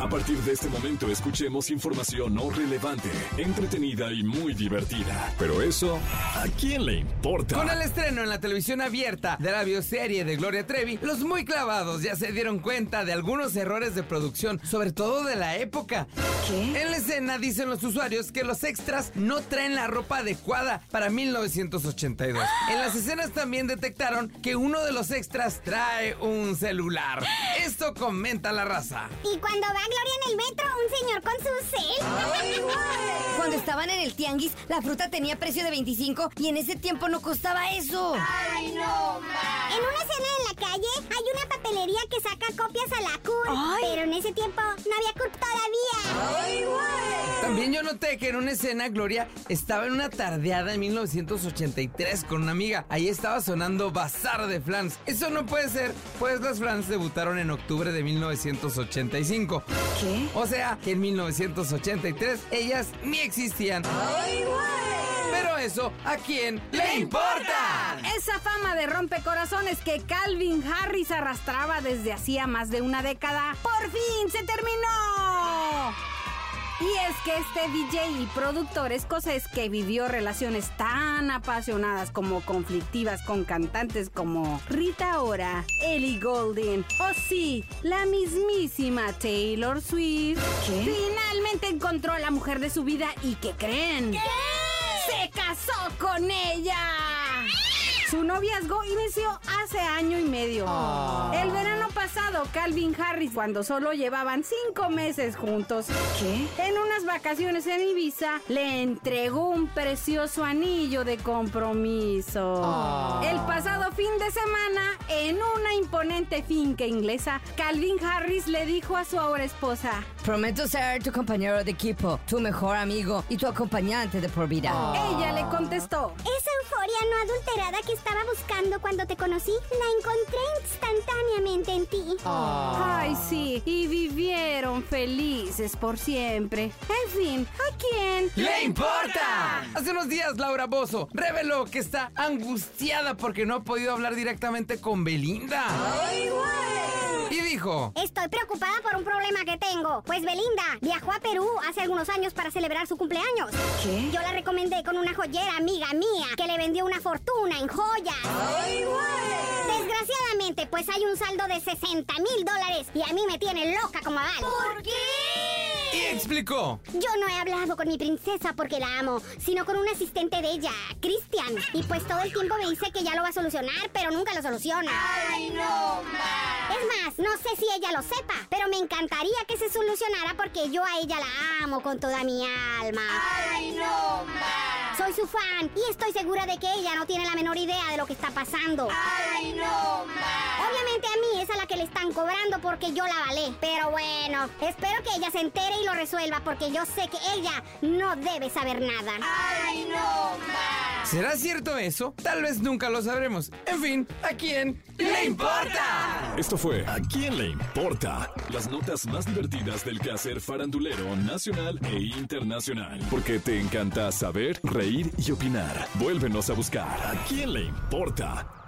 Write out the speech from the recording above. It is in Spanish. A partir de este momento escuchemos información no relevante, entretenida y muy divertida. Pero eso, ¿a quién le importa? Con el estreno en la televisión abierta de la bioserie de Gloria Trevi, los muy clavados ya se dieron cuenta de algunos errores de producción, sobre todo de la época. ¿Qué? En la escena dicen los usuarios que los extras no traen la ropa adecuada para 1982. En las escenas también detectaron que uno de los extras trae un celular. Esto comenta la raza. Y cuando va Gloria en el metro, un señor con su cel. Cuando estaban en el tianguis, la fruta tenía precio de 25 y en ese tiempo no costaba eso. En una escena en la calle hay una papelería que saca copias a la CUR. Ay. Pero en ese tiempo no había CUR todavía. También yo noté que en una escena Gloria estaba en una tardeada en 1983 con una amiga. Ahí estaba sonando Bazar de Flans. Eso no puede ser, pues las Flans debutaron en octubre de 1985. ¿Qué? O sea, que en 1983 ellas ni existían. Pero eso, ¿a quién le importa? Esa fama de rompecorazones que Calvin Harris arrastraba desde hacía más de una década, por fin se terminó. Y es que este DJ y productor escocés que vivió relaciones tan apasionadas como conflictivas con cantantes como Rita Ora, Ellie Golden, o sí, la mismísima Taylor Swift, ¿Qué? finalmente encontró a la mujer de su vida y que creen. ¡Se casó con ella! Su noviazgo inició hace año y medio. Ah. El verano pasado, Calvin Harris, cuando solo llevaban cinco meses juntos, ¿Qué? en unas vacaciones en Ibiza, le entregó un precioso anillo de compromiso. Ah. El pasado fin de semana, en una imponente finca inglesa, Calvin Harris le dijo a su ahora esposa, Prometo ser tu compañero de equipo, tu mejor amigo y tu acompañante de por vida. ella le contestó, Esa euforia no adulterada que estaba buscando cuando te conocí, la encontré instantáneamente en ti. Ay, sí, y vivieron felices por siempre. En fin, ¿a quién ¡Le importa! Hace unos días Laura Bozo reveló que está angustiada porque no ha podido hablar directamente con Belinda. Y dijo... Estoy preocupada por un problema que tengo. Pues Belinda viajó a Perú hace algunos años para celebrar su cumpleaños. ¿Qué? Yo la recomendé con una joyera amiga mía que le vendió una fortuna en joyas. Desgraciadamente, pues hay un saldo de 60 mil dólares y a mí me tiene loca como a Val. ¿Por Y qué? explicó. Yo no he hablado con mi princesa porque la amo, sino con un asistente de ella, Cristian. Y pues todo el tiempo me dice que ya lo va a solucionar, pero nunca lo soluciona. ¡Ay, no más! Es más, no sé si ella lo sepa, pero me encantaría que se solucionara porque yo a ella la amo con toda mi alma. ¡Ay, no más! Soy su fan y estoy segura de que ella no tiene la menor idea de lo que está pasando. ¡Ay, no más! Obviamente a mí es a la que le están cobrando porque yo la valé. Pero bueno, espero que ella se entere y lo resuelva porque yo sé que ella no debe saber nada. ¡Ay, no más! ¿Será cierto eso? Tal vez nunca lo sabremos. En fin, ¿a quién le importa? Esto fue ¿A quién le importa? Las notas más divertidas del quehacer farandulero nacional e internacional. Porque te encanta saber, reír y opinar. Vuélvenos a buscar ¿A quién le importa?